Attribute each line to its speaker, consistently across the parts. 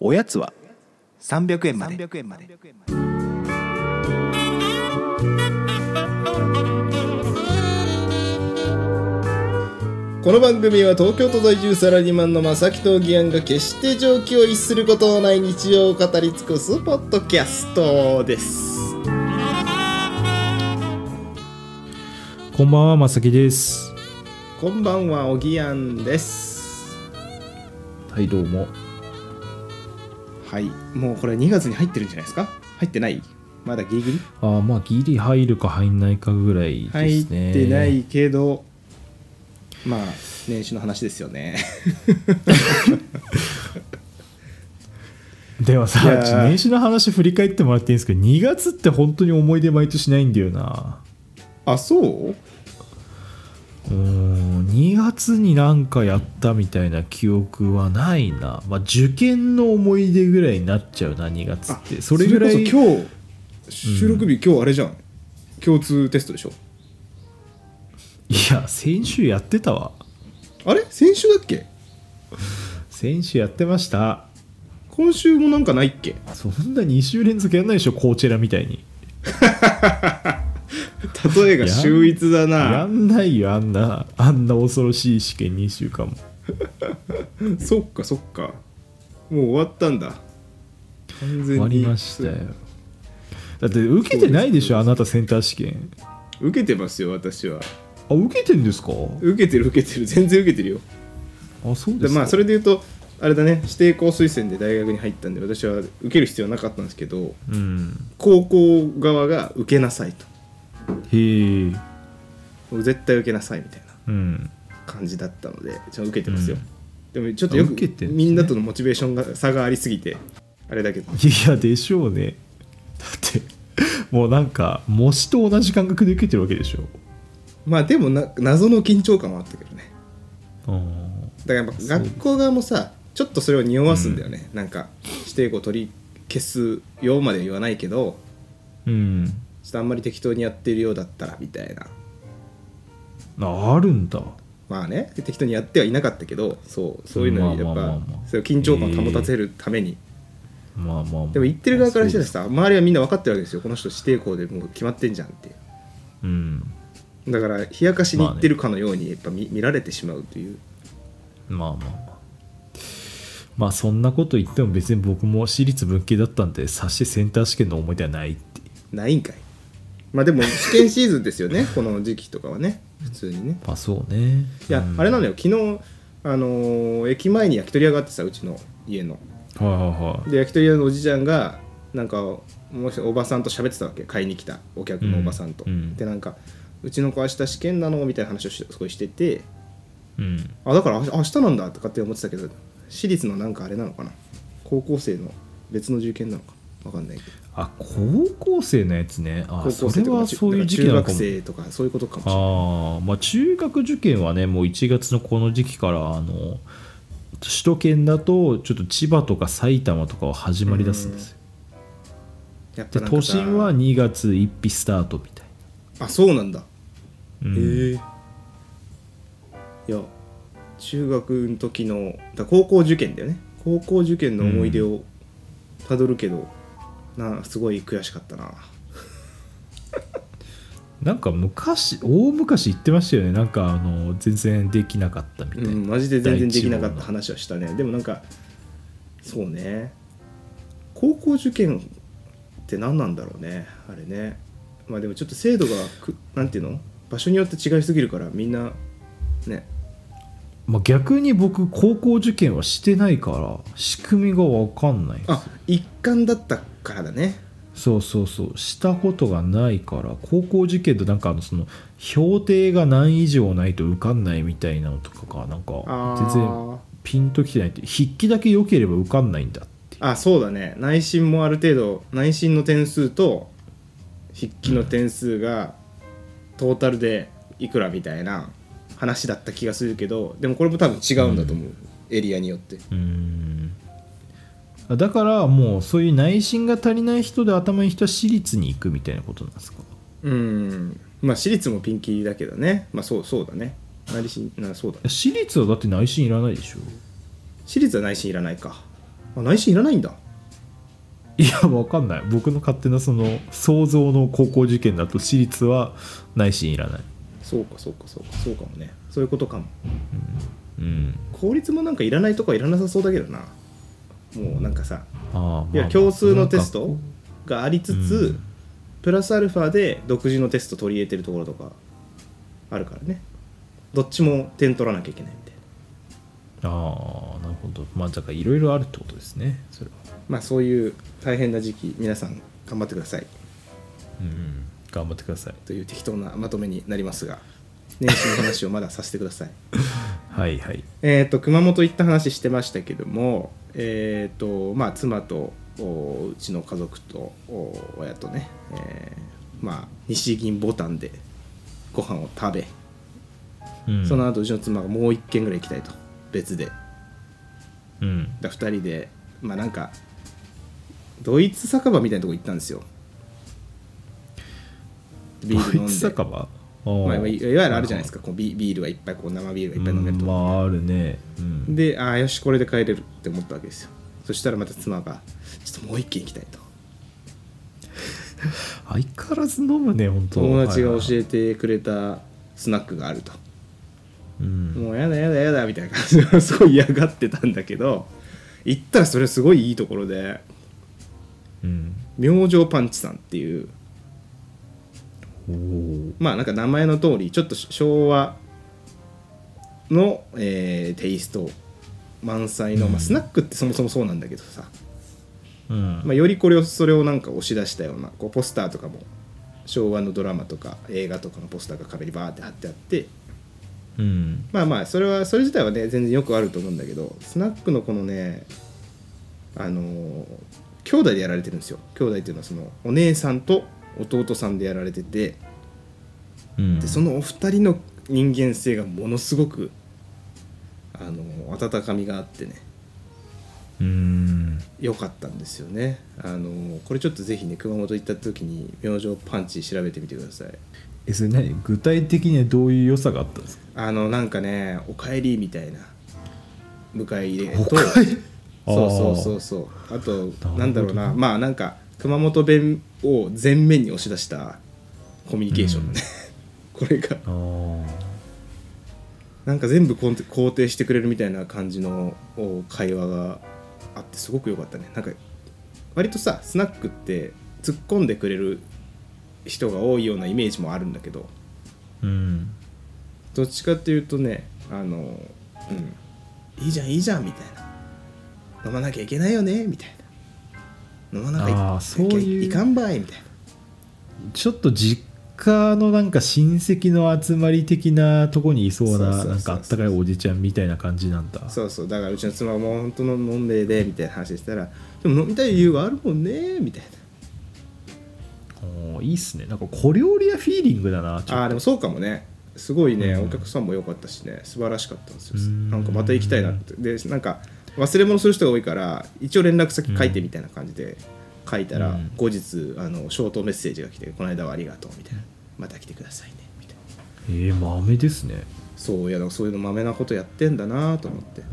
Speaker 1: おやつは
Speaker 2: 300円まで
Speaker 3: 300円まで
Speaker 4: この番組は東京都在住サラリーマンの正木と義安が決して常軌を逸することのない日常を語り尽くすポッドキャストです
Speaker 5: こんばんは、まさきです。
Speaker 4: こんばんはおぎやんです
Speaker 5: はい、どうも。
Speaker 4: はいもうこれ2月に入ってるんじゃないですか入ってないまだギリギリ
Speaker 5: ああ、まあ、ギリ入るか入んないかぐらい
Speaker 4: 入
Speaker 5: で
Speaker 4: っ
Speaker 5: すね。
Speaker 4: てな。いけどまあ年始の話ですよね
Speaker 5: ではさ、
Speaker 4: いやー
Speaker 5: ちょっと年始の話振り返ってもらっていいんですけど、2月って本当に思い出毎年ないんだよな。
Speaker 4: あそう
Speaker 5: うーん、2月になんかやったみたいな記憶はないな。まあ、受験の思い出ぐらいになっちゃうな、2月って。それぐらい。
Speaker 4: それこそ今日収録日、今日あれじゃん共通テストでしょ
Speaker 5: いや、先週やってたわ。
Speaker 4: あれ先週だっけ
Speaker 5: 先週やってました。
Speaker 4: 今週もなんかないっけ
Speaker 5: そんな2週連続やんないでしょ、コーチェラみたいに。
Speaker 4: 例えが秀逸だ
Speaker 5: や
Speaker 4: なん
Speaker 5: ないよあんなあんな恐ろしい試験2週間も
Speaker 4: そっかそっかもう終わったんだ完全に
Speaker 5: 終わりましたよだって受けてないでしょあなたセンター試験
Speaker 4: 受けてますよ私は
Speaker 5: あ受けてんですか
Speaker 4: 受けてる受けてる全然受けてるよ
Speaker 5: あそうで
Speaker 4: です
Speaker 5: か
Speaker 4: まあそれで言うとあれだね指定校推薦で大学に入ったんで私は受ける必要なかったんですけど
Speaker 5: うん
Speaker 4: 高校側が受けなさいと
Speaker 5: へえ
Speaker 4: もう絶対受けなさいみたいな
Speaker 5: うん
Speaker 4: 感じだったのでちょっと受けてますよ、でもちょっと
Speaker 5: あ
Speaker 4: よく
Speaker 5: 受けてんですね
Speaker 4: みんなとのモチベーションが差がありすぎてあれだけど
Speaker 5: いやでしょうねだってもうなんか模試と同じ感覚で受けてるわけでしょ
Speaker 4: まあでもな謎の緊張感はあったけどね
Speaker 5: うん
Speaker 4: だからやっぱ学校側もさちょっとそれを匂わすんだよね、なんか指定校取り消すようまでは言わないけど
Speaker 5: うん
Speaker 4: ちょっとあんまり適当にやってるようだったらみたいな
Speaker 5: ああるんだ
Speaker 4: まあね適当にやってはいなかったけどそうそういうのにやっ
Speaker 5: まあまあまあ
Speaker 4: ぱ
Speaker 5: まあ
Speaker 4: そういう緊張感を保たせるために、
Speaker 5: まあまあ、まあ、
Speaker 4: でも言ってる側からしたら
Speaker 5: そ
Speaker 4: さ
Speaker 5: う
Speaker 4: 周りはみんな分かってるわけですよこの人指定校でもう決まってんじゃんっていう
Speaker 5: ですうん
Speaker 4: だから冷やかしに行ってるかのようにやっぱ見,、見られてしまうという
Speaker 5: まあまあまあまあそんなこと言っても別に僕も私立文系だったんで察してセンター試験の思い出はないっていう
Speaker 4: ないんかいまあでも試験シーズンですよねこの時期とかはね普通にね
Speaker 5: まあそうね
Speaker 4: いや、
Speaker 5: うん
Speaker 4: あれなのよ昨日あのー駅前に焼き鳥屋があってさうちの家の
Speaker 5: はいはいはい
Speaker 4: で焼き鳥屋のおじちゃんがなんかもしおばさんと喋ってたわけ買いに来たお客のおばさんと、
Speaker 5: うんうん
Speaker 4: でなんかうちの子明日試験なのみたいな話をしすごいしてて
Speaker 5: うん
Speaker 4: あだからあ明日なんだとかって思ってたけど私立のなんかあれなのかな高校生の別の受験なのかわかんないけど
Speaker 5: あ高校生のやつねあ
Speaker 4: 高校
Speaker 5: そ
Speaker 4: 生
Speaker 5: れ
Speaker 4: とか
Speaker 5: はそういう時期な
Speaker 4: だ
Speaker 5: の
Speaker 4: か
Speaker 5: からも
Speaker 4: 中学生とかそういうことかもしれない
Speaker 5: ああまあ中学受験はねもう1月のこの時期からあの首都圏だとちょっと千葉とか埼玉とかは始まりだすんですよ
Speaker 4: やっ
Speaker 5: で
Speaker 4: ぱなんか
Speaker 5: 都
Speaker 4: さ
Speaker 5: 心は2月1日スタートみたい
Speaker 4: あそうなんだ
Speaker 5: な、
Speaker 4: へ
Speaker 5: う
Speaker 4: え
Speaker 5: ん
Speaker 4: いや中学の時のだ高校受験だよね高校受験の思い出をたどるけど、なすごい悔しかったな
Speaker 5: なんか昔大昔言ってましたよねなんかあの全然できなかったみた
Speaker 4: う
Speaker 5: いな、
Speaker 4: んマジで全然できなかっ
Speaker 5: 第一
Speaker 4: た
Speaker 5: 号
Speaker 4: 話はしたねでもなんかそうね高校受験って何なんだろうねあれねまあでもちょっと制度がくなんていうの場所によって違いすぎるからみんなね
Speaker 5: まあ、逆に僕高校受験はしてないから仕組みが分かんないんです
Speaker 4: あ一貫だったからだね
Speaker 5: そうそうそうしたことがないから高校受験となんかあのその評定が何以上ないと受かんないみたいなのとかがなん
Speaker 4: あ
Speaker 5: か
Speaker 4: ー
Speaker 5: 全然ピンときてないって筆記だけ良ければ受かんないんだっていう
Speaker 4: あそうだね内心もある程度内心の点数と筆記の点数がトータルでいくらみたいな話だった気がするけどでもこれも多分違うんだと思う、エリアによって
Speaker 5: うーんだからもうそういう内心が足りない人で頭いい人は私立に行くみたいなことなんですか
Speaker 4: うんまあ私立もピンキーだけどねまあそうそうだね内心なそうだ
Speaker 5: 私立はだって内心いらないでしょ
Speaker 4: 私立は内心いらないかあ内心いらないんだ
Speaker 5: いやわかんない僕の勝手なその想像の高校受験だと私立は内心いらない
Speaker 4: そうかそうかそうかそうかもねそういうことかも
Speaker 5: うん
Speaker 4: 公立もなんかいらないとこはいらなさそうだけどなもうなんかさ
Speaker 5: あー、まあまあ
Speaker 4: いや共通のテスト
Speaker 5: なんか
Speaker 4: がありつつ、
Speaker 5: うん
Speaker 4: プラスアルファで独自のテスト取り入れてるところとかあるからねどっちも点取らなきゃいけないみたい
Speaker 5: ああなるほどまあだからいろいろあるってことですねそれは
Speaker 4: なまあそういう大変な時期皆さん頑張ってください
Speaker 5: うんうん頑張ってください
Speaker 4: という適当なまとめになりますが年始の話をまださせてください
Speaker 5: はいはい
Speaker 4: えっと熊本行った話してましたけどもえっ、とまあ妻とおうちの家族とお親とね、えーまあ西銀ボタンでご飯を食べ
Speaker 5: うん
Speaker 4: その後うちの妻がもう1軒ぐらい行きたいと別で
Speaker 5: うん
Speaker 4: だ2人でまあなんかドイツ酒場みたいなとこ行ったんですよビール飲
Speaker 5: ドイ
Speaker 4: ん
Speaker 5: ツ
Speaker 4: で、
Speaker 5: 酒場
Speaker 4: まあ、いわいわゆるあるじゃないですかこうビビールがいっぱいこう生ビールがいっぱい飲めると、
Speaker 5: うんまああるねうん
Speaker 4: でああよしこれで帰れるって思ったわけですよそしたらまた妻が「ちょっともう1軒行きたい」と
Speaker 5: 相変わらず飲むね本当
Speaker 4: 友達が教
Speaker 5: え
Speaker 4: えてくれたスナックがあると
Speaker 5: うん
Speaker 4: もうやだやだやだみたいな感じですごい嫌がってたんだけど行ったらそれすごいいいところで
Speaker 5: うん
Speaker 4: 明星パンチさんっていう
Speaker 5: おお
Speaker 4: まあなんか名前の通りちょっと昭和の、えーテイスト満載の、まあ、スナックってそもそもそうなんだけどさ、
Speaker 5: うん
Speaker 4: まあ、よりこれをそれをなんか押し出したようなこうポスターとかも昭和のドラマとか映画とかのポスターが壁にバーって貼ってあって
Speaker 5: うん
Speaker 4: まあまあそれはそれ自体はね全然よくあると思うんだけどスナックのこのねあのー兄弟でやられてるんですよ兄弟っていうのはそのお姉さんと弟さんでやられてて
Speaker 5: うん
Speaker 4: でそのお二人の人間性がものすごくあの温かみがあってね
Speaker 5: うん
Speaker 4: 良かったんですよねあのこれちょっとぜひね熊本行った時に明星パンチ調べてみてください
Speaker 5: えそれ何具体的にはどういう良さがあったんですか
Speaker 4: あのなんかね「おかえり」みたいな迎え入れと
Speaker 5: り
Speaker 4: そうそうそうそうあとなんだろうなまあなんか熊本弁を前面に押し出したコミュニケーションね、 これが
Speaker 5: あー
Speaker 4: なんか全部肯定肯定してくれるみたいな感じのお会話があってすごく良かったねなんか割とさスナックって突っ込んでくれる人が多いようなイメージもあるんだけど
Speaker 5: うん
Speaker 4: どっちかっていうとねあのうんいいじゃんいいじゃんみたいな飲まなきゃいけないよねみたいな飲まなきゃ
Speaker 5: あー
Speaker 4: い
Speaker 5: そういう
Speaker 4: いかんばいみたいな
Speaker 5: ちょっと実家のなんか親戚の集まり的なとこにいそう
Speaker 4: そうそう
Speaker 5: な
Speaker 4: そう
Speaker 5: なんかあったかいおじちゃんみたいな感じなんだ
Speaker 4: そうそうだからうちの妻も本当の飲んべえでみたいな話したらでも飲みたい理由があるもんねみたいな
Speaker 5: おーいいっすねなんか小料理屋フィーリングだなちょっと
Speaker 4: あーでもそうかもねすごいね、
Speaker 5: うん
Speaker 4: お客さんも良かったしね素晴らしかったんですよ
Speaker 5: うん
Speaker 4: なんかまた行きたいなってでなんか忘れ物する人が多いから一応連絡先書いてみたいな感じで書いたら、
Speaker 5: うん
Speaker 4: 後日あのショートメッセージが来て「この間はありがとう」みたいな「また来てくださいね」みたいな
Speaker 5: えー、豆ですね
Speaker 4: そういやだからそういうのまめなことやってんだなと思って
Speaker 5: う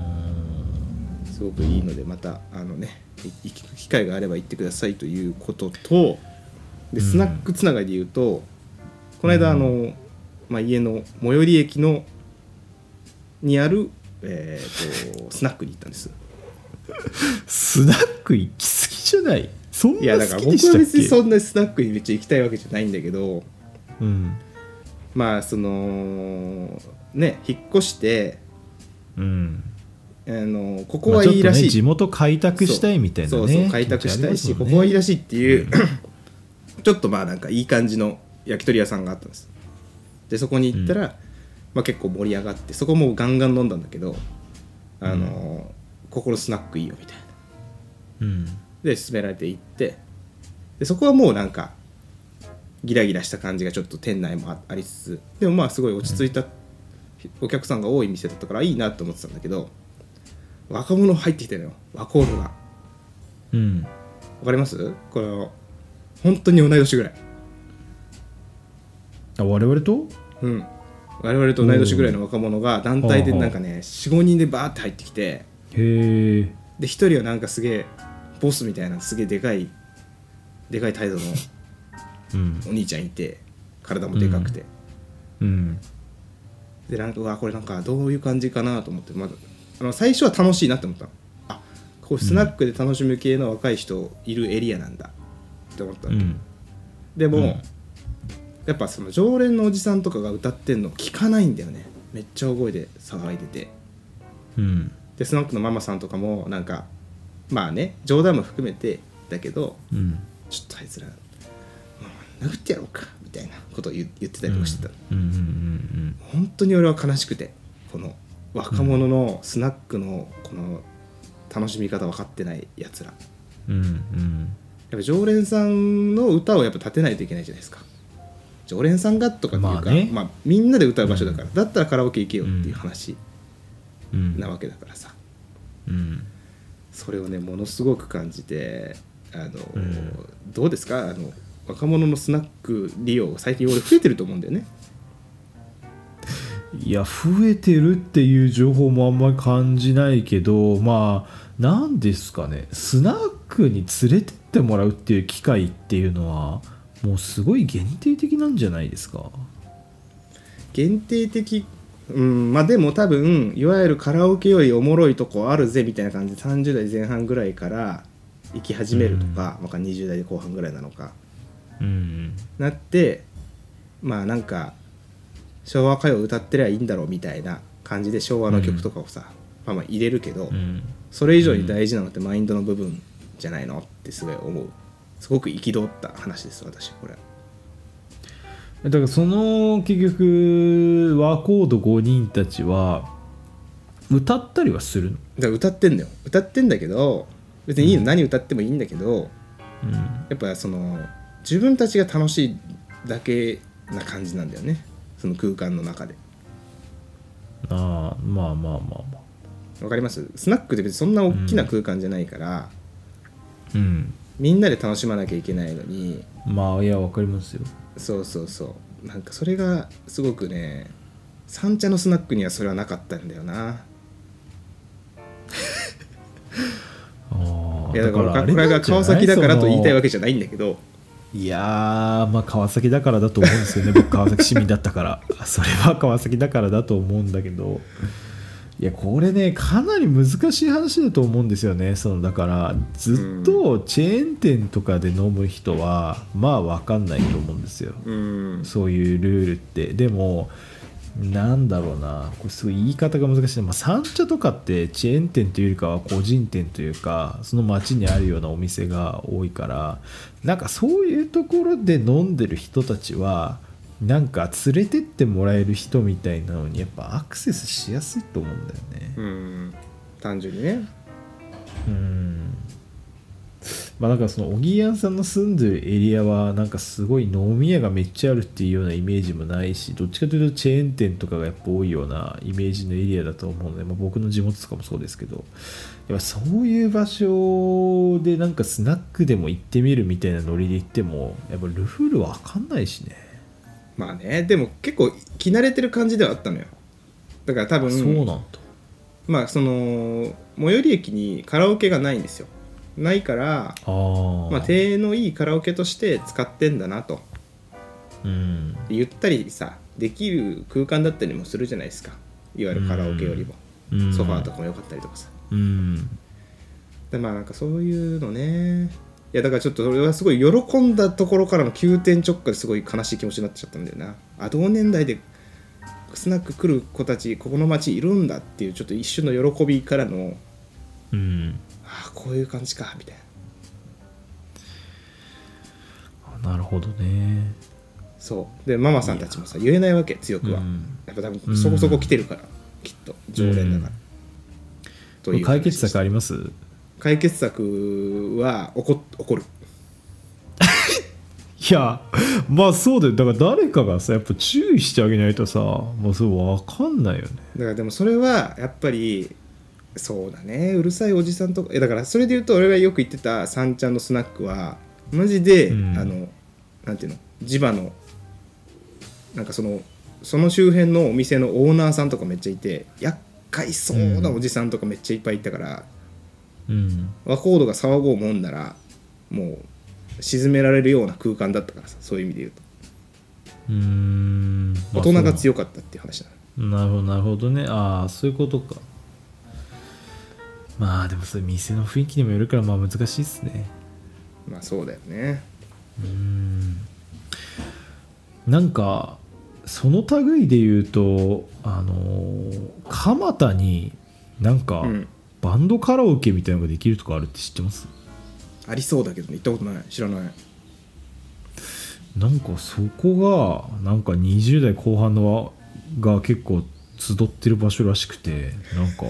Speaker 5: ーん
Speaker 4: すごくいいのでまたあのねい行く機会があれば行ってくださいということとでスナックつながりで言うと、この間あの、まあ、家の最寄り駅のにある、えー、とスナックに行ったんです
Speaker 5: スナック行き過ぎじゃないそん
Speaker 4: いや
Speaker 5: な
Speaker 4: だから
Speaker 5: 好き
Speaker 4: 僕
Speaker 5: でし
Speaker 4: は別に
Speaker 5: たっ
Speaker 4: そんなスナックにめっちゃ行きたいわけじゃないんだけど
Speaker 5: けうん
Speaker 4: まあそのね引っ越して
Speaker 5: うん
Speaker 4: あのここ
Speaker 5: こ
Speaker 4: はいいらしい、
Speaker 5: ね、地元開拓したいみたいなね
Speaker 4: そうそう開拓したいし、
Speaker 5: 気
Speaker 4: ここ
Speaker 5: 持ちありますも
Speaker 4: は
Speaker 5: ん
Speaker 4: いい
Speaker 5: ね
Speaker 4: らしいっていうちょっとまあなんかいい感じの焼き鳥屋さんがあったんですでそこに行ったら、まあ、結構盛り上がってそこもガンガン飲んだんだけどあのーここのスナックいいよみたいな
Speaker 5: うん
Speaker 4: で勧められて行ってでそこはもうなんかギラギラした感じがちょっと店内もあありつつでもまあすごい落ち着いたお客さんが多い店だったからいいなと思ってたんだけど若者入ってきてるのよ若者が。
Speaker 5: うん
Speaker 4: わかりますこれは本当に同い年ぐらい
Speaker 5: あ我々と
Speaker 4: うん我々と同い年ぐらいの若者が団体でなんかね45人でバーって入ってきて
Speaker 5: へえ
Speaker 4: で一人はなんかすげえボスみたいなすげえでかいでかい態度の
Speaker 5: うん
Speaker 4: お兄ちゃんいて体もでかくて、
Speaker 5: うん
Speaker 4: でなんかうわこれなんかどういう感じかなと思って、まだ、あの最初は楽しいなって思ったのあこうスナックで楽しむ系の若い人いるエリアなんだって思った
Speaker 5: う
Speaker 4: の、
Speaker 5: ん
Speaker 4: でも、
Speaker 5: うん
Speaker 4: やっぱその常連のおじさんとかが歌ってんの聞かないんだよねめっちゃ大声で騒いでて
Speaker 5: うん
Speaker 4: でスナックのママさんとかもなんかまあね冗談も含めてだけど
Speaker 5: うん
Speaker 4: ちょっとあいつら、まあ殴ってやろうかみたいなことを言言ってたりとかしてたの、
Speaker 5: うんうんうん
Speaker 4: 本当に俺は悲しくてこの若者のスナックのこの楽しみ方分かってないやつらや
Speaker 5: うんうん
Speaker 4: っぱ常連さんの歌をやっぱ立てないといけないじゃないですか常連さんがとかっていうか、
Speaker 5: ま
Speaker 4: ま
Speaker 5: あ
Speaker 4: あ
Speaker 5: ね
Speaker 4: みんなで歌う場所だから、だったらカラオケ行けよっていう話
Speaker 5: うん
Speaker 4: なわけだからさ、
Speaker 5: うん
Speaker 4: それをねものすごく感じてあの、
Speaker 5: うん
Speaker 4: どうですかあの若者のスナック利用最近俺増えてると思うんだよね
Speaker 5: いや増えてるっていう情報もあんまり感じないけどまあ何ですかねスナックに連れてってもらうっていう機会っていうのはもうすごい限定的なんじゃないですか
Speaker 4: 限定的うんまあでも多分いわゆるカラオケよりおもろいとこあるぜみたいな感じで30代前半ぐらいから行き始めるとか、まあ20代後半ぐらいなのか
Speaker 5: うん
Speaker 4: なってまあなんか昭和歌謡歌ってりゃいいんだろうみたいな感じで昭和の曲とかをさ、まあまあ入れるけど、
Speaker 5: うん
Speaker 4: それ以上に大事なのってマインドの部分じゃないのってすごい思うすごく憤った話です私これ
Speaker 5: だからその結局ワコード5人たちは歌ったりはする
Speaker 4: だ
Speaker 5: の
Speaker 4: から歌ってんだよ歌ってんだけど別にいいの、
Speaker 5: うん
Speaker 4: 何歌ってもいいんだけど
Speaker 5: うん
Speaker 4: やっぱその自分たちが楽しいだけな感じなんだよねその空間の中で
Speaker 5: ああまあまあまあまあ
Speaker 4: わかりますスナックって別にそんな大きな空間じゃないから、
Speaker 5: うん
Speaker 4: みんなで楽しまなきゃいけないのに
Speaker 5: まあいやわかりますよ
Speaker 4: そうそうそうなんかそれがすごくね三茶のスナックにはそれはなかったんだよな
Speaker 5: ああ
Speaker 4: いやだから
Speaker 5: あれ
Speaker 4: これ
Speaker 5: な
Speaker 4: が
Speaker 5: んじゃ
Speaker 4: 川
Speaker 5: な
Speaker 4: 崎だからと言いたいわ
Speaker 5: その
Speaker 4: けじゃないんだけど
Speaker 5: いやー、まあ、川崎だからだと思うんですよね、僕、川崎市民だっ たから、それは川崎だからだと思うんだけど、いや、これね、かなり難しい話だと思うんですよね、そのだから、ずっとチェーン店とかで飲む人は、まあ、分かんないと思うんですよ、
Speaker 4: うん
Speaker 5: そういうルールって。でもなんだろうなこれすごい言い方が難しいな、まあ、三茶とかってチェーン店というよりかは個人店というかその町にあるようなお店が多いからなんかそういうところで飲んでる人たちはなんか連れてってもらえる人みたいなのにやっぱアクセスしやすいと思うんだよね。
Speaker 4: うん単純にね
Speaker 5: うんまあだからそのおぎやんさんの住んでるエリアはなんかすごい飲み屋がめっちゃあるっていうようなイメージもないしどっちかというとチェーン店とかがやっぱ多いようなイメージのエリアだと思うので、まあ、僕の地元とかもそうですけどやっぱそういう場所でなんかスナックでも行ってみるみたいなノリで行ってもやっぱルフールわかんないしね
Speaker 4: まあねでも結構着慣れてる感じではあったのよだから多分
Speaker 5: そうなんだ
Speaker 4: まあその最寄り駅にカラオケがないんですよないから
Speaker 5: あー
Speaker 4: まあ手のいいカラオケとして使ってんだなと
Speaker 5: うん
Speaker 4: ゆったりさできる空間だったりもするじゃないですかいわゆるカラオケよりも
Speaker 5: うん
Speaker 4: ソファーとかも良かったりとかさ
Speaker 5: うん
Speaker 4: でまあなんかそういうのねいやだからちょっと俺はすごい喜んだところからの急転直下ですごい悲しい気持ちになっちゃったんだよなあ同年代でスナック来る子たちここの町いるんだっていうちょっと一瞬の喜びからの
Speaker 5: うん
Speaker 4: ああこういう感じかみたいな
Speaker 5: あなるほどね
Speaker 4: そうでママさんたちもさ言えないわけ強くは、
Speaker 5: うん
Speaker 4: やっぱ多分そこそこ来てるから、きっと常連だから、
Speaker 5: うん
Speaker 4: という
Speaker 5: 解決策あ
Speaker 4: り
Speaker 5: ります
Speaker 4: 解決策は怒怒る
Speaker 5: いやまあそうだよだから誰かがさやっぱ注意してあげないとさもうそれ分かんないよね
Speaker 4: だからでもそれはやっぱりそうだねうるさいおじさんとかえだからそれで言うと俺がよく行ってた三ちゃんのスナックはマジで、
Speaker 5: うん
Speaker 4: あのなんていうの地場のなんかそのその周辺のお店のオーナーさんとかめっちゃいて厄介そうなおじさんとかめっちゃいっぱいいたから、
Speaker 5: うん
Speaker 4: 和光度が騒ごうもんならもう沈められるような空間だったからさそういう意味で言うと
Speaker 5: うーんま
Speaker 4: 大
Speaker 5: あ
Speaker 4: 人が
Speaker 5: そう
Speaker 4: 強かったっていう話だ
Speaker 5: なるほどなるほどねああそういうことかまあでもそれ店の雰囲気にもよるからまあ難しいっすね
Speaker 4: まあそうだよね
Speaker 5: なんかその類で言うとあのー蒲田になんか、
Speaker 4: うん
Speaker 5: バンドカラオケみたいなのができるとかあるって知ってます
Speaker 4: ありそうだけどね行ったことない知らない
Speaker 5: なんかそこがなんか20代後半のわが結構集ってる場所らしくてなんか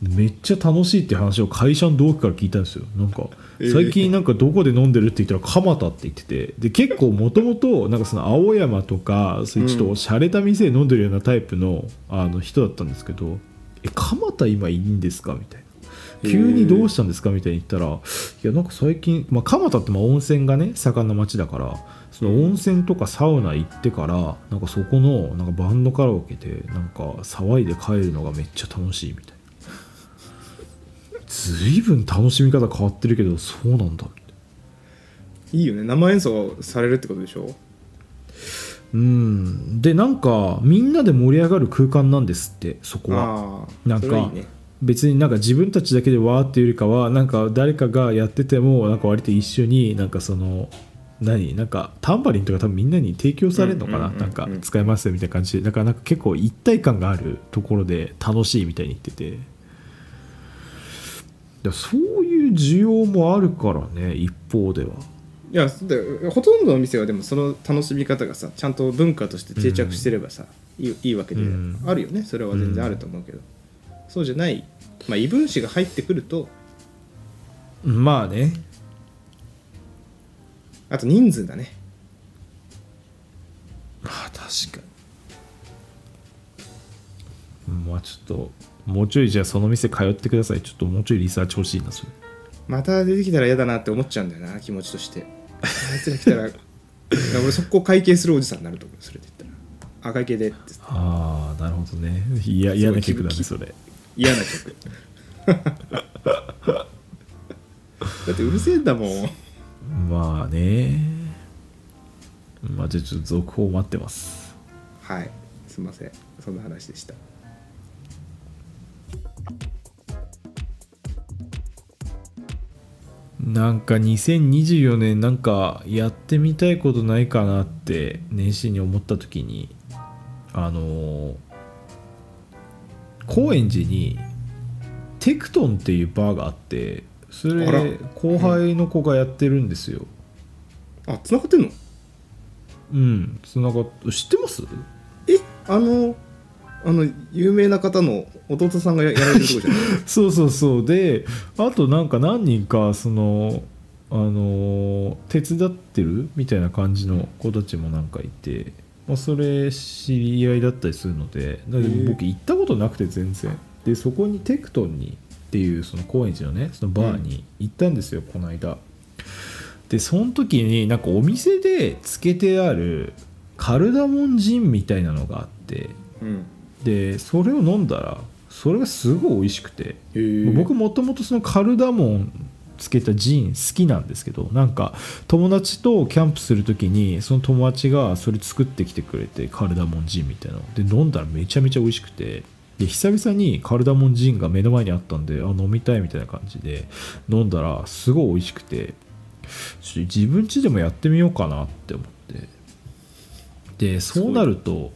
Speaker 5: めっちゃ楽しいって話を会社の同期から聞いたんですよなんか
Speaker 4: えー
Speaker 5: 最近なんかどこで飲んでるって言ったら蒲田って言っててで結構もともとなんかその青山とかそういうちょっとおしゃれた店で飲んでるようなタイプのあの人だったんですけど「え蒲田今いいんですか?」みたいな。急にどうしたんですかみたいに言ったら、いや、なんか最近、まあ、蒲田ってまあ温泉がね、盛んな町だから、その温泉とかサウナ行ってから、なんかそこのなんかバンドカラオケで、なんか騒いで帰るのがめっちゃ楽しいみたいな。ずいぶん楽しみ方変わってるけど、そうなんだって。
Speaker 4: いいよね生演奏されるってことでしょ
Speaker 5: うん。で、なんか、みんなで盛り上がる空間なんですって、そこは。
Speaker 4: ああ
Speaker 5: なん
Speaker 4: それはい
Speaker 5: か
Speaker 4: いね
Speaker 5: 別になんか自分たちだけでわーっていうよりかはなんか誰かがやっててもなんか割と一緒になんかその何なんかタンバリンとか多分みんなに提供されるの
Speaker 4: う
Speaker 5: か
Speaker 4: ん
Speaker 5: な
Speaker 4: うんうんうん
Speaker 5: なんか使えますよみたいな感じでだからなんか結構一体感があるところで楽しいみたいに言っててだからそういう需要もあるからね一方ではい
Speaker 4: やでほとんどの店はでもその楽しみ方がさちゃんと文化として定着してればさ、いいいいわけで、
Speaker 5: うん
Speaker 4: あるよねそれは全然あると思うけど、そうじゃない、まあ、異分子が入ってくると
Speaker 5: まあね
Speaker 4: あと人数だね
Speaker 5: まあ確かにまあちょっともうちょいじゃあその店通ってくださいちょっともうちょいリサーチ欲しいなそれ
Speaker 4: また出てきたら嫌だなって思っちゃうんだよな気持ちと してあいつら来たらいや俺速攻会計するおじさんになると思うそれで言ったらあ会計でって
Speaker 5: ああなるほどねいや嫌な曲だねそれ
Speaker 4: 嫌な曲だってうるせえんだもん
Speaker 5: まあねまあじゃあちょっと続報待ってます
Speaker 4: はいすいませんそんな話でした
Speaker 5: なんか2024年なんかやってみたいことないかなって年始に思った時にあのー高円寺にテクトンっていうバーがあってそれ
Speaker 4: あら
Speaker 5: 後輩の子がやってるんですよ
Speaker 4: あ繋がってんの
Speaker 5: うんそのなんか知ってます
Speaker 4: えあのあの有名な方の弟さんがややられてるとこじゃない
Speaker 5: そうそうそうであとなんか何人かそのあのー手伝ってるみたいな感じの子たちもなんかいて、まあ、それ知り合いだったりするのでだ
Speaker 4: へ
Speaker 5: から
Speaker 4: え
Speaker 5: 僕行ったことなくて全然でそこにテクトンにっていうその高円寺のねそのバーに行ったんですよ、この間でその時になんかお店でつけてあるカルダモンジンみたいなのがあって
Speaker 4: うん
Speaker 5: でそれを飲んだらそれがすごい美味しくて
Speaker 4: へー
Speaker 5: 僕もともとそのカルダモンつけたジン好きなんですけどなんか友達とキャンプする時にその友達がそれ作ってきてくれてカルダモンジンみたいなので飲んだらめちゃめちゃ美味しくてで久々にカルダモンジンが目の前にあったんであ飲みたいみたいな感じで飲んだらすごい美味しくてちょっと自分家でもやってみようかなって思ってでそうなると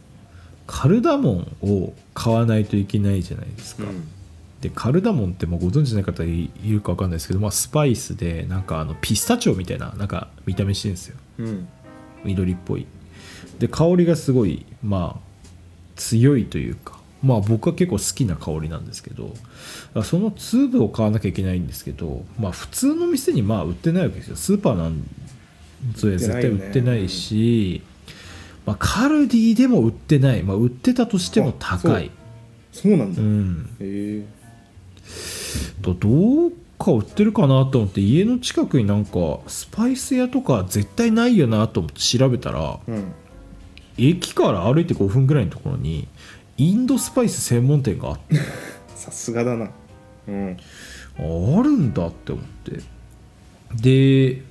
Speaker 5: カルダモンを買わないといけないじゃないですか、
Speaker 4: うん
Speaker 5: でカルダモンってもうご存知ない方いるか分かんないですけど、まあ、スパイスでなんかあのピスタチオみたいななんか見た目してるんですよ
Speaker 4: うん
Speaker 5: 緑っぽいで香りがすごいまあ強いというかまあ僕は結構好きな香りなんですけどその粒を買わなきゃいけないんですけどまあ普通の店にまあ売ってないわけですよスーパーなんぞや絶対売ってないしまあ、カルディでも売ってない、まあ、売ってたとしても高い
Speaker 4: そうなん
Speaker 5: う
Speaker 4: だ、へ
Speaker 5: ん
Speaker 4: え
Speaker 5: とどうか売ってるかなと思って家の近くになんかスパイス屋とか絶対ないよなと思って調べたら
Speaker 4: うん
Speaker 5: 駅から歩いて5分ぐらいのところにインドスパイス専門店があって
Speaker 4: さすがだなうん
Speaker 5: あるんだって思ってで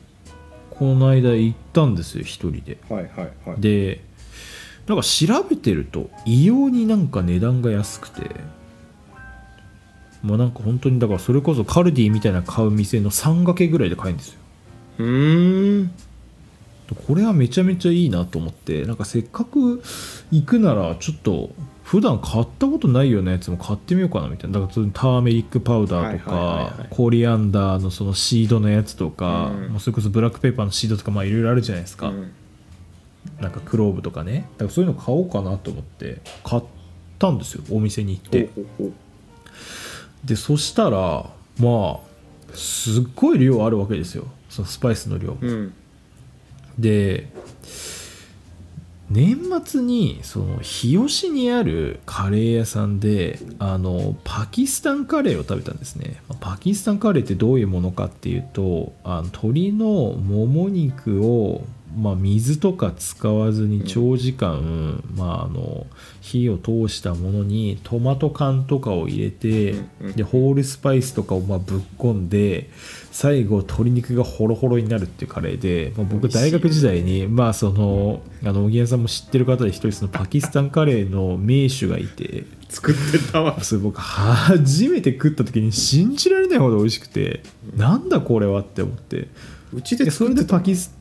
Speaker 5: この間行ったんですよ一人で
Speaker 4: はいはいはい
Speaker 5: でなんか調べてると異様になんか値段が安くてまあなんか本当にだからそれこそカルディみたいな買う店の3掛けぐらいで買えるんですよ
Speaker 4: うーん
Speaker 5: これはめちゃめちゃいいなと思ってなんかせっかく行くならちょっと普段買ったことないようなやつも買ってみようかなみたいなだからそのターメリックパウダーと
Speaker 4: はいはいはいは
Speaker 5: か
Speaker 4: い
Speaker 5: コリアンダーのそのシードのやつとか、
Speaker 4: うん
Speaker 5: もうそれこそブラックペーパーのシードとかまあいろいろあるじゃないですか、
Speaker 4: うん
Speaker 5: なんかクローブとかねだからそういうの買おうかなと思って買ったんですよお店に行って
Speaker 4: ほうほうほう
Speaker 5: でそしたらまあすっごい量あるわけですよそのスパイスの量も
Speaker 4: うん
Speaker 5: で年末にその日吉にあるカレー屋さんであのパキスタンカレーを食べたんですねまあパキスタンカレーってどういうものかっていうとあの鶏のもも肉を、まあ、水とか使わずに長時間、まあ、あの火を通したものにトマト缶とかを入れて、
Speaker 4: うんうん
Speaker 5: でホールスパイスとかをまあぶっこんで最後鶏肉がホロホロになるっていうカレーで、まあ、僕
Speaker 4: 美味しい
Speaker 5: 大学時代にまあそのあの小木屋さんも知ってる方で一人そのパキスタンカレーの名手がいて
Speaker 4: 作ってたわ
Speaker 5: それ僕初めて食った時に信じられないほど美味しくてなんだこれはって思って
Speaker 4: うちで
Speaker 5: でそ
Speaker 4: 作
Speaker 5: れ
Speaker 4: って
Speaker 5: で
Speaker 4: た
Speaker 5: パキス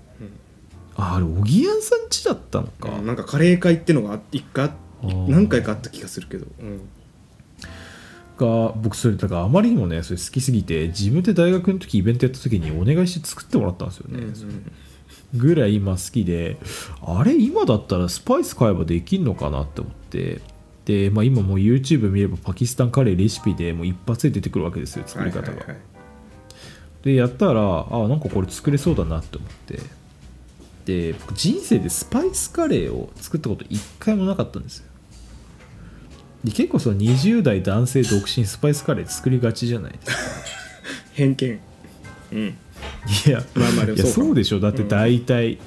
Speaker 5: ああれ小木屋さん家だったのか
Speaker 4: うんなんかカレー会ってのがあ一回あ
Speaker 5: あー
Speaker 4: 何回かあった気がするけど、うん、
Speaker 5: が僕それだからあまりにもねそれ好きすぎて自分で大学の時イベントやった時にお願いして作ってもらったんですよね、ぐらい今好きであれ今だったらスパイス買えばできんのかなって思ってで、まあ、今もう YouTube 見ればパキスタンカレーレシピでもう一発で出てくるわけですよ作り方が、
Speaker 4: はいはいはい
Speaker 5: でやったらあなんかこれ作れそうだなって思ってで僕人生でスパイスカレーを作ったこと一回もなかったんですよで結構その20代男性独身スパイスカレー作りがちじゃないですか
Speaker 4: 偏見うん
Speaker 5: いや、
Speaker 4: まあまあでも
Speaker 5: いや
Speaker 4: そうか
Speaker 5: そうでしょだって大体、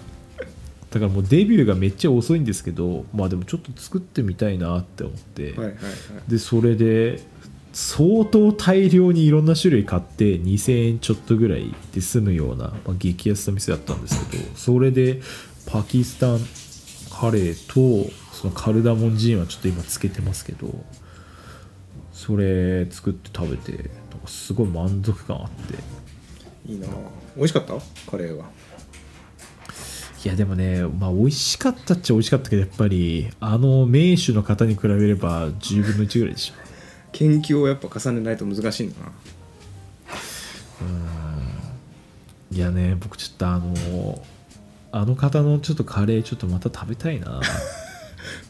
Speaker 5: だからもうデビューがめっちゃ遅いんですけどまあでもちょっと作ってみたいなって思っ
Speaker 4: は
Speaker 5: て、
Speaker 4: いはいはい
Speaker 5: でそれで相当大量にいろんな種類買って2000円ちょっとぐらいで済むような、まあ、激安な店だったんですけどそれでパキスタンカレーとそのカルダモンジーンはちょっと今つけてますけどそれ作って食べてなんかすごい満足感あって
Speaker 4: いいなあ美味しかったカレーはい
Speaker 5: やでもね、まあ、美味しかったっちゃ美味しかったけどやっぱりあの名手の方に比べれば10分の1ぐらいでしょ
Speaker 4: 研究をやっぱ重ねないと難しいんだない
Speaker 5: やね僕ちょっとあのあの方のちょっとカレーちょっとまた食べたいな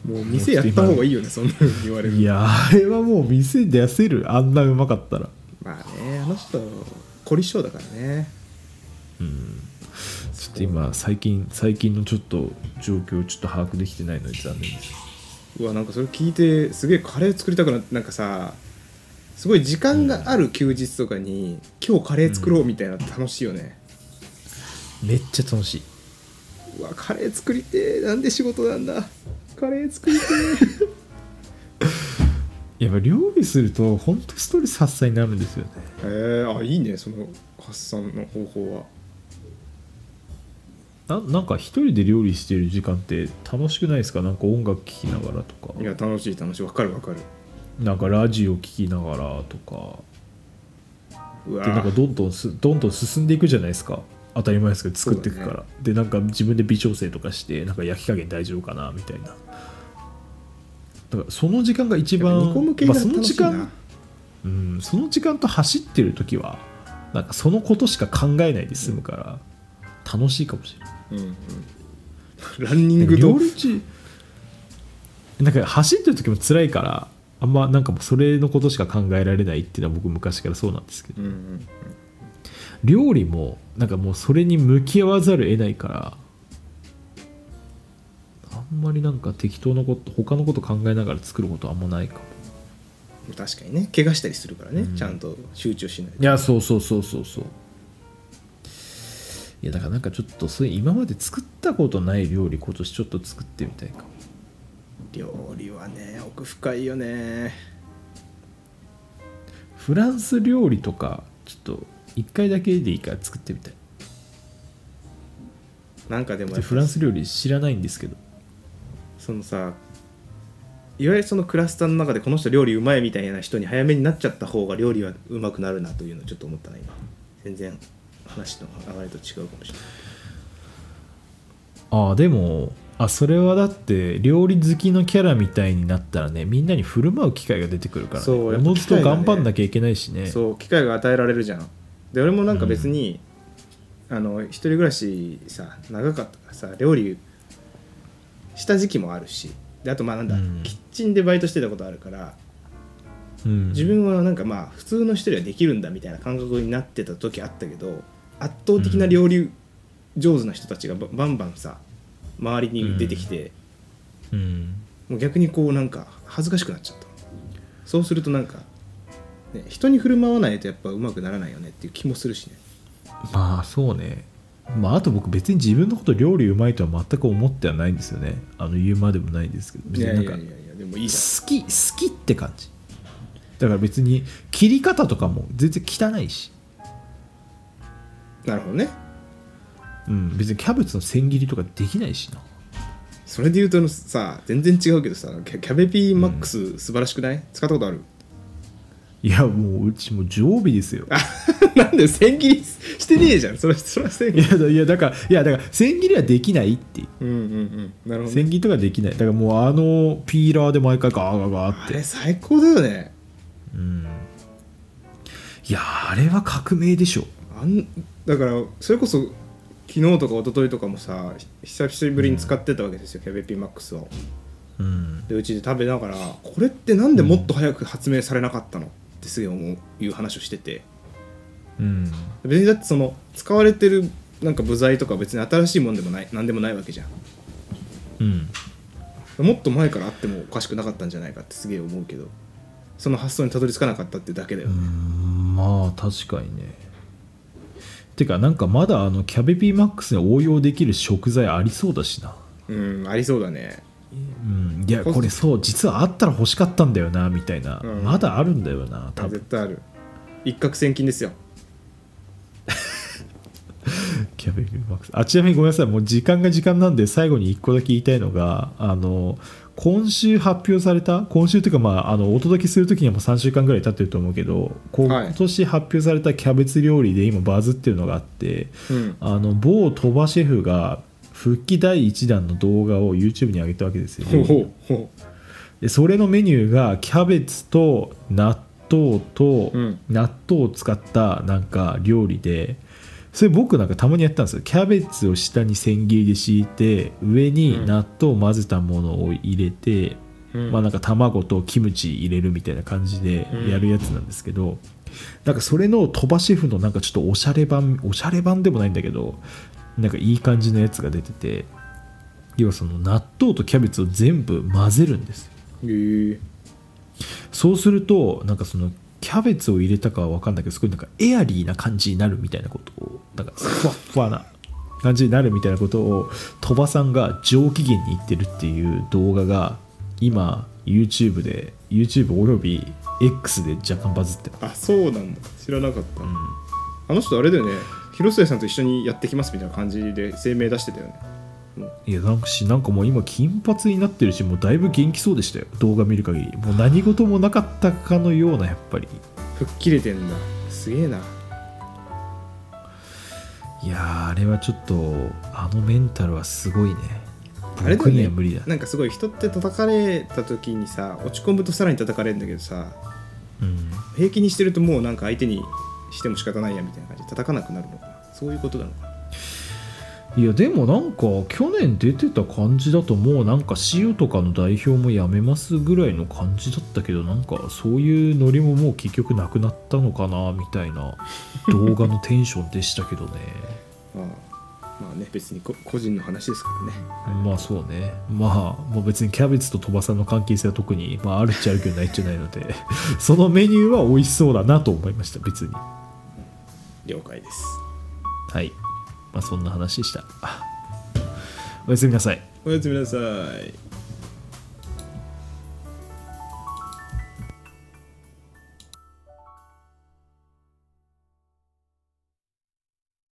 Speaker 4: もう店やった方がいいよねそんなふうに言われる
Speaker 5: いやあれはもう店出せるあんなうまかったら
Speaker 4: まあねあの人凝り性だからね
Speaker 5: ちょっと今最近最近のちょっと状況をちょっと把握できてないので残念です
Speaker 4: うわなんかそれ聞いてすげえカレー作りたくなってなんかさすごい時間がある休日とかに、今日カレー作ろうみたいなの楽しいよね、
Speaker 5: めっちゃ楽しいう
Speaker 4: わカレー作りてえなんで仕事なんだカレー作りて
Speaker 5: やっぱ料理すると本当ストレス発散になるんですよね
Speaker 4: えへえあいいねその発散の方法は
Speaker 5: ななんか一人で料理してる時間って楽しくないですかなんか音楽聴きながらとか
Speaker 4: いや楽しい楽しいわかるわかる
Speaker 5: なんかラジオ聴きながらとか
Speaker 4: うわ
Speaker 5: でなんかどんどんすどんどん進んでいくじゃないですか当たり前ですけど作っていくか
Speaker 4: そう
Speaker 5: ら、
Speaker 4: だ
Speaker 5: でなんか自分で微調整とかしてなんか焼き加減大丈夫かなみたいなだからその時間が一
Speaker 4: やっぱ
Speaker 5: 番
Speaker 4: 煮込む系
Speaker 5: ま
Speaker 4: が
Speaker 5: あ、その
Speaker 4: 楽しい
Speaker 5: 時
Speaker 4: な、
Speaker 5: 間うんその時間と走ってる時はなんかそのことしか考えないで済むから、楽しいかもしれない
Speaker 4: うんうん、ランニング
Speaker 5: 料
Speaker 4: と
Speaker 5: 理中なんか走ってる時も辛いからあんまなんかもうそれのことしか考えられないっていうのは僕昔からそうなんですけど
Speaker 4: うんうん
Speaker 5: 料理もなんかもうそれに向き合わざるを得ないからあんまりなんか適当なこと他のこと考えながら作ることはあんまないかも
Speaker 4: 確かにね怪我したりするからね、
Speaker 5: うん
Speaker 4: ちゃんと集中しないと
Speaker 5: いやそうそうそうそうそういやだからなんかちょっとそういう今まで作ったことない料理今年ちょっと作ってみたいかも
Speaker 4: 料理はね奥深いよね
Speaker 5: フランス料理とかちょっと一回だけでいいから作ってみたい
Speaker 4: なんかでもやっ
Speaker 5: で
Speaker 4: ぱ
Speaker 5: フランス料理知らないんですけど
Speaker 4: そのさいわゆるそのクラスターの中でこの人料理うまいみたいな人に早めになっちゃった方が料理はうまくなるなというのをちょっと思ったな今全然話の流れと違うかもしれない
Speaker 5: ああでもあそれはだって料理好きのキャラみたいになったらねみんなに振る舞う機会が出てくるから、ね、
Speaker 4: そうやっぱ
Speaker 5: おのずと
Speaker 4: 機会が
Speaker 5: 頑
Speaker 4: ね
Speaker 5: 張んなきゃいけないしね
Speaker 4: そう機会が与えられるじゃんで俺もなんか別に、あの一人暮らしさ長かったからさ料理した時期もあるしであとまあなんだ、
Speaker 5: うん
Speaker 4: キッチンでバイトしてたことあるから
Speaker 5: うん、
Speaker 4: 自分はなんかまあ普通の人よりはできるんだみたいな感覚になってた時あったけど圧倒的な料理上手な人たちがばバンバンさ周りに出てきて、
Speaker 5: うん
Speaker 4: もう逆にこうなんか恥ずかしくなっちゃったそうするとなんか、ね、人に振る舞わないとやっぱうまくならないよねっていう気もするしね
Speaker 5: まあそうねまああと僕別に自分のこと料理うまいとは全く思ってはないんですよねあの言うまでもないんですけど別
Speaker 4: い
Speaker 5: に
Speaker 4: や
Speaker 5: ないんか
Speaker 4: やいやいやでもいいじ
Speaker 5: 好き好きって感じだから別に切り方とかも全然汚いし、
Speaker 4: ゃんなるほどね
Speaker 5: うん、別にキャベツの千切りとかできないしな
Speaker 4: それで言うとさ全然違うけどさキャキャベピーマックス素晴らしくない、使ったことある
Speaker 5: いやもううちもう常備ですよ
Speaker 4: なんで千切りしてねえじゃんそれそれは千
Speaker 5: い
Speaker 4: 切り
Speaker 5: やだいやだからいやだから千切りはできないって
Speaker 4: うんうんうんなるほどね
Speaker 5: 千切りとかできないだからもうあのピーラーで毎回ガーガーガーっ
Speaker 4: あ
Speaker 5: て
Speaker 4: れ最高だよね
Speaker 5: うんいやあれは革命でしょ
Speaker 4: あんだからそれこそ昨日とか一昨日とかもさひ久しぶりに使ってたわけですよ、キャベピーマックスを
Speaker 5: うん
Speaker 4: でうちで食べながらこれってなんでもっと早く発明されなかったのってすげえ思ういう話をしてて
Speaker 5: うん
Speaker 4: 別にだってその使われてるなんか部材とか別に新しいもんでもない何でもないわけじゃん
Speaker 5: うん
Speaker 4: もっと前からあってもおかしくなかったんじゃないかってすげえ思うけどその発想にたどり着かなかったってだけだよ、ね
Speaker 5: うんまあ確かにねてかなんかまだあのキャベピーマックスに応用できる食材ありそうだしな
Speaker 4: うん、ありそうだね
Speaker 5: うんいやこれそう実はあったら欲しかったんだよなみたいな、
Speaker 4: うん
Speaker 5: まだあるんだよな多分
Speaker 4: 絶対ある一攫千金ですよ
Speaker 5: キャベビマックスあちなみにごめんなさいもう時間が時間なんで最後に1個だけ言いたいのがあの今週発表された今週というか、まあ、あのお届けする時にはもう3週間ぐらい経ってると思うけどこう
Speaker 4: はい
Speaker 5: 今年発表されたキャベツ料理で今バズってるのがあって
Speaker 4: うん
Speaker 5: あの某鳥羽シェフが復帰第1弾の動画を YouTube に上げたわけですよ
Speaker 4: ほうほうほ
Speaker 5: でそれのメニューがキャベツと納豆と、
Speaker 4: うん
Speaker 5: 納豆を使ったなんか料理でそれ僕なんかたまにやったんですよキャベツを下に千切りで敷いて上に納豆を混ぜたものを入れて、
Speaker 4: う、うん
Speaker 5: まあなんか卵とキムチ入れるみたいな感じでやるやつなんですけど、なんかそれの鳥羽シェフのなんかちょっとおしゃれ版おしゃれ版でもないんだけどなんかいい感じのやつが出てて要はその納豆とキャベツを全部混ぜるんですよ
Speaker 4: へえ
Speaker 5: そうするとなんかそのキャベツを入れたかは分かんないけどすごいなんかエアリーな感じになるみたいなことをなんかふわっふわな感じになるみたいなことを鳥羽さんが上機嫌に言ってるっていう動画が今 YouTube で YouTube および X で若干バズってます
Speaker 4: あそうなんだ知らなかった、あの人あれだよね広末さんと一緒にやってきますみたいな感じで声明出してたよね
Speaker 5: いやなんかしなんかもう今金髪になってるしもうだいぶ元気そうでしたよ動画見る限りもう何事もなかったかのようなやっぱり
Speaker 4: 吹っ切れてんだすげえない
Speaker 5: やーあれはちょっとあのメンタルはすごいね
Speaker 4: あれだ
Speaker 5: 僕
Speaker 4: よ
Speaker 5: に
Speaker 4: ね
Speaker 5: は無理だ
Speaker 4: なんかすごい人って叩かれた時にさ落ち込むとさらに叩かれるんだけどさ
Speaker 5: うん
Speaker 4: 平気にしてるともうなんか相手にしても仕方ないやみたいな感じで叩かなくなるのかなそういうことなのかない
Speaker 5: やでもなんか去年出てた感じだともうなんか塩とかの代表もやめますぐらいの感じだったけどなんかそういうノリももう結局なくなったのかなみたいな動画のテンションでしたけどね
Speaker 4: ああまあね別にこ個人の話ですからね
Speaker 5: まあそうねまあもう別にキャベツと鳥羽さんの関係性は特に、まあ、あるっちゃあるけどないっちゃないので そのメニューは美味しそうだなと思いました別には
Speaker 4: 了解です
Speaker 5: いまあそんな話でしたあおやすみなさい
Speaker 4: おやすみなさい